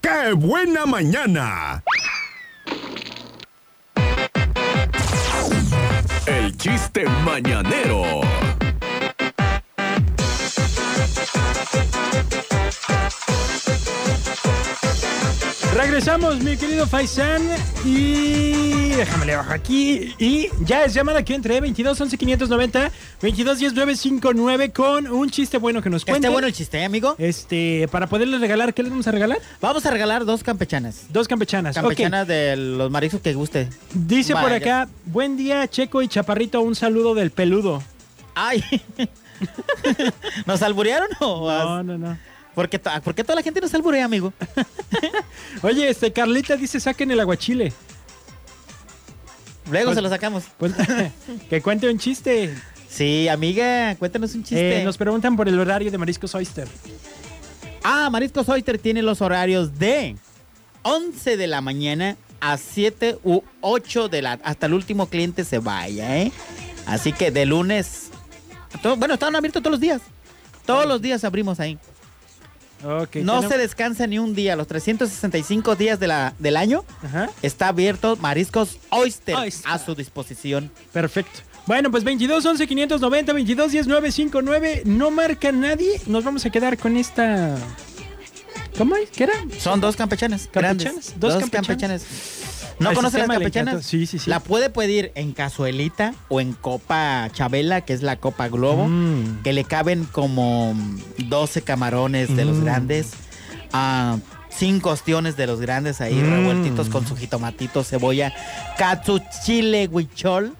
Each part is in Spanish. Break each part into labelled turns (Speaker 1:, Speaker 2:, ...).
Speaker 1: ¡Qué buena mañana! El chiste mañanero.
Speaker 2: Regresamos, mi querido Faisan. Y déjame le bajo aquí. Y ya es llamada que entre 22 11 590 22 10 959 con un chiste bueno que nos
Speaker 3: Que
Speaker 2: cuente.
Speaker 3: esté bueno el chiste, ¿eh, amigo?
Speaker 2: Este, para poderles regalar, ¿qué les vamos a regalar?
Speaker 3: Vamos a regalar dos campechanas.
Speaker 2: Dos campechanas. Ok.
Speaker 3: Campechanas de los mariscos que guste.
Speaker 2: Dice por
Speaker 3: Vaya.
Speaker 2: acá, buen día, Checo y Chaparrito, un saludo del peludo.
Speaker 3: ¡Ay! ¿Nos alburearon o...?
Speaker 2: No, no, no.
Speaker 3: ¿Por, qué to- ah, por qué toda la gente nos alburea, amigo?
Speaker 2: Oye, este, Carlita dice, saquen el aguachile.
Speaker 3: Luego
Speaker 2: Pues-
Speaker 3: se lo sacamos.
Speaker 2: Pues, que cuente un chiste.
Speaker 3: Sí, amiga, cuéntanos un chiste.
Speaker 2: Eh, nos preguntan por el horario de Mariscos Oyster.
Speaker 3: Ah, Mariscos Oyster tiene los horarios de 11 de la mañana a 7 u 8 de la... Hasta el último cliente se vaya, ¿eh? Así que de lunes... to- bueno, están abiertos todos los días. Todos los días abrimos ahí.
Speaker 2: Ok.
Speaker 3: no
Speaker 2: tenemos-
Speaker 3: se descansa ni un día. Los 365 días de la- del año
Speaker 2: Ajá.
Speaker 3: está abierto Mariscos Oyster
Speaker 2: Oyster.
Speaker 3: a su disposición.
Speaker 2: Perfecto. Bueno, pues 22 11 590 22 10 959. No marca nadie. Nos vamos a quedar con esta. ¿Cómo es? ¿Qué era?
Speaker 3: Son dos campechanas. grandes.
Speaker 2: Campechanas, dos campechanas.
Speaker 3: campechanas. ¿No
Speaker 2: Al
Speaker 3: conocen las
Speaker 2: sistema le
Speaker 3: campechanas?
Speaker 2: encantó. Sí, sí, sí.
Speaker 3: La puede pedir en cazuelita o en copa Chabela, que es la copa Globo,
Speaker 2: Mm.
Speaker 3: que le caben como 12 camarones de los
Speaker 2: Mm.
Speaker 3: grandes, ah, cinco ostiones de los grandes ahí
Speaker 2: Mm.
Speaker 3: revueltitos con su jitomatito, cebolla, katsu, chile, huichol.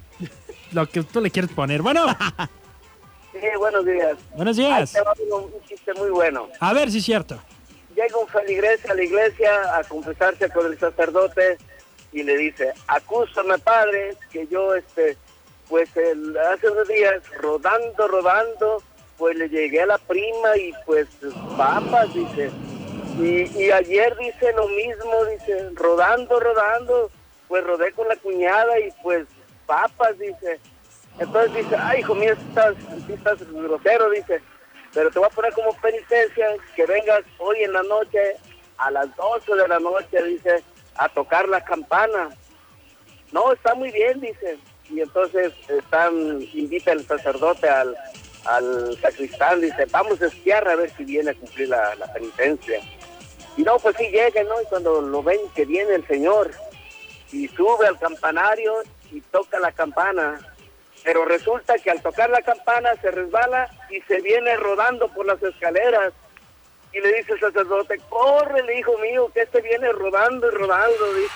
Speaker 2: Lo que tú le quieres poner. Bueno,
Speaker 4: Sí, buenos días.
Speaker 2: buenos
Speaker 4: Ahí
Speaker 2: días.
Speaker 4: te va un, un chiste muy bueno.
Speaker 2: A ver si es cierto.
Speaker 4: Llega un feligres a la iglesia a confesarse con el sacerdote y le dice, acúsame padre, que yo, este, pues el- hace unos días, rodando, rodando, pues le llegué a la prima y pues papas, dice. Y, y ayer dice lo mismo, dice, rodando, rodando, pues rodé con la cuñada y pues papas, dice. Entonces dice, ay, hijo mío, sí estás, sí estás grosero, dice, pero te voy a poner como penitencia que vengas hoy en la noche, a las 12 de la noche, dice, a tocar la campana. No, está muy bien, dice. Y entonces están, invita el sacerdote al, al sacristán, dice, vamos a espiar a ver si viene a cumplir la, la penitencia. Y no, pues sí llega, ¿no? Y cuando lo ven que viene el señor, y sube al campanario y toca la campana. Pero resulta que al tocar la campana se resbala y se viene rodando por las escaleras. Y le dice el sacerdote, córrele, hijo mío, que este viene rodando y rodando. dice.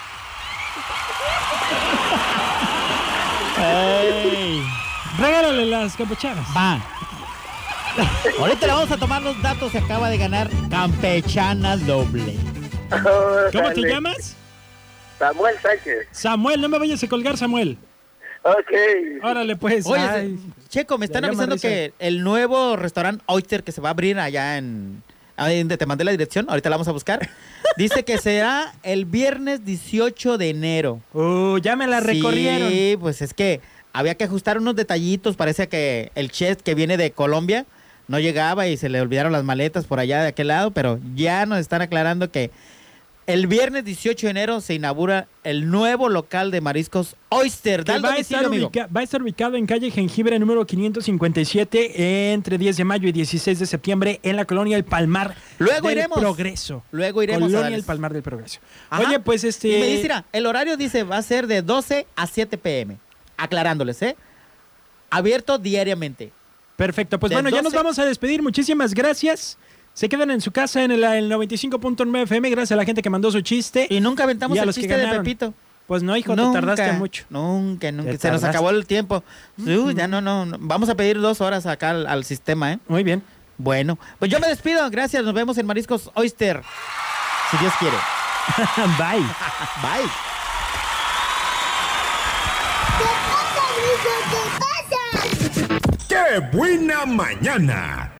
Speaker 3: ¡Ey!
Speaker 2: Regálale las campechanas.
Speaker 3: Va. Ahorita le vamos a tomar los datos. Se acaba de ganar Campechana Doble.
Speaker 2: ¿Cómo te
Speaker 4: Dale.
Speaker 2: llamas?
Speaker 4: Samuel Sánchez.
Speaker 2: Samuel, no me vayas a colgar, Samuel.
Speaker 4: Ok.
Speaker 2: Órale, pues.
Speaker 3: Oye,
Speaker 2: Ay.
Speaker 3: se- Checo, me están
Speaker 2: Ya, ya me
Speaker 3: avisando
Speaker 2: risa.
Speaker 3: que el nuevo restaurante Oyster que se va a abrir allá en... ahí donde te mandé la dirección, ahorita la vamos a buscar. Dice que será el viernes 18 de enero.
Speaker 2: Uh, ya me la recorrieron.
Speaker 3: Sí, pues es que había que ajustar unos detallitos. Parece que el chef que viene de Colombia no llegaba y se le olvidaron las maletas por allá de aquel lado, pero ya nos están aclarando que el viernes 18 de enero se inaugura el nuevo local de mariscos Oyster.
Speaker 2: Que
Speaker 3: Dale
Speaker 2: va, a
Speaker 3: domicilio,
Speaker 2: estar
Speaker 3: amigo.
Speaker 2: ubica- va a estar ubicado en calle Jengibre número 557 entre 10 de mayo y 16 de septiembre en la colonia El Palmar
Speaker 3: Luego
Speaker 2: del
Speaker 3: iremos.
Speaker 2: Progreso.
Speaker 3: Luego iremos a
Speaker 2: colonia
Speaker 3: darles.
Speaker 2: El Palmar del Progreso.
Speaker 3: Ajá.
Speaker 2: Oye, pues este...
Speaker 3: Y me dice, mira, el horario dice va a ser de 12 a 7 pm. Aclarándoles, ¿eh? Abierto diariamente.
Speaker 2: Perfecto, pues
Speaker 3: de
Speaker 2: bueno, ya nos
Speaker 3: 12.
Speaker 2: vamos a despedir. Muchísimas gracias. Se quedan en su casa en el, el 95.9 FM. Gracias a la gente que mandó su chiste.
Speaker 3: Y nunca aventamos
Speaker 2: Y a
Speaker 3: el
Speaker 2: los que
Speaker 3: chiste de
Speaker 2: ganaron.
Speaker 3: Pepito.
Speaker 2: Pues no, hijo,
Speaker 3: Nunca,
Speaker 2: te tardaste mucho.
Speaker 3: Nunca, nunca.
Speaker 2: Te
Speaker 3: Se nos
Speaker 2: tardaste.
Speaker 3: acabó el tiempo. Uy, ya no, no, no. Vamos a pedir dos horas acá al, al sistema, ¿eh?
Speaker 2: Muy bien.
Speaker 3: Bueno, pues yo me despido. Gracias. Nos vemos en Mariscos Oyster. Si Dios quiere.
Speaker 2: Bye.
Speaker 3: Bye.
Speaker 1: ¡Qué buena mañana!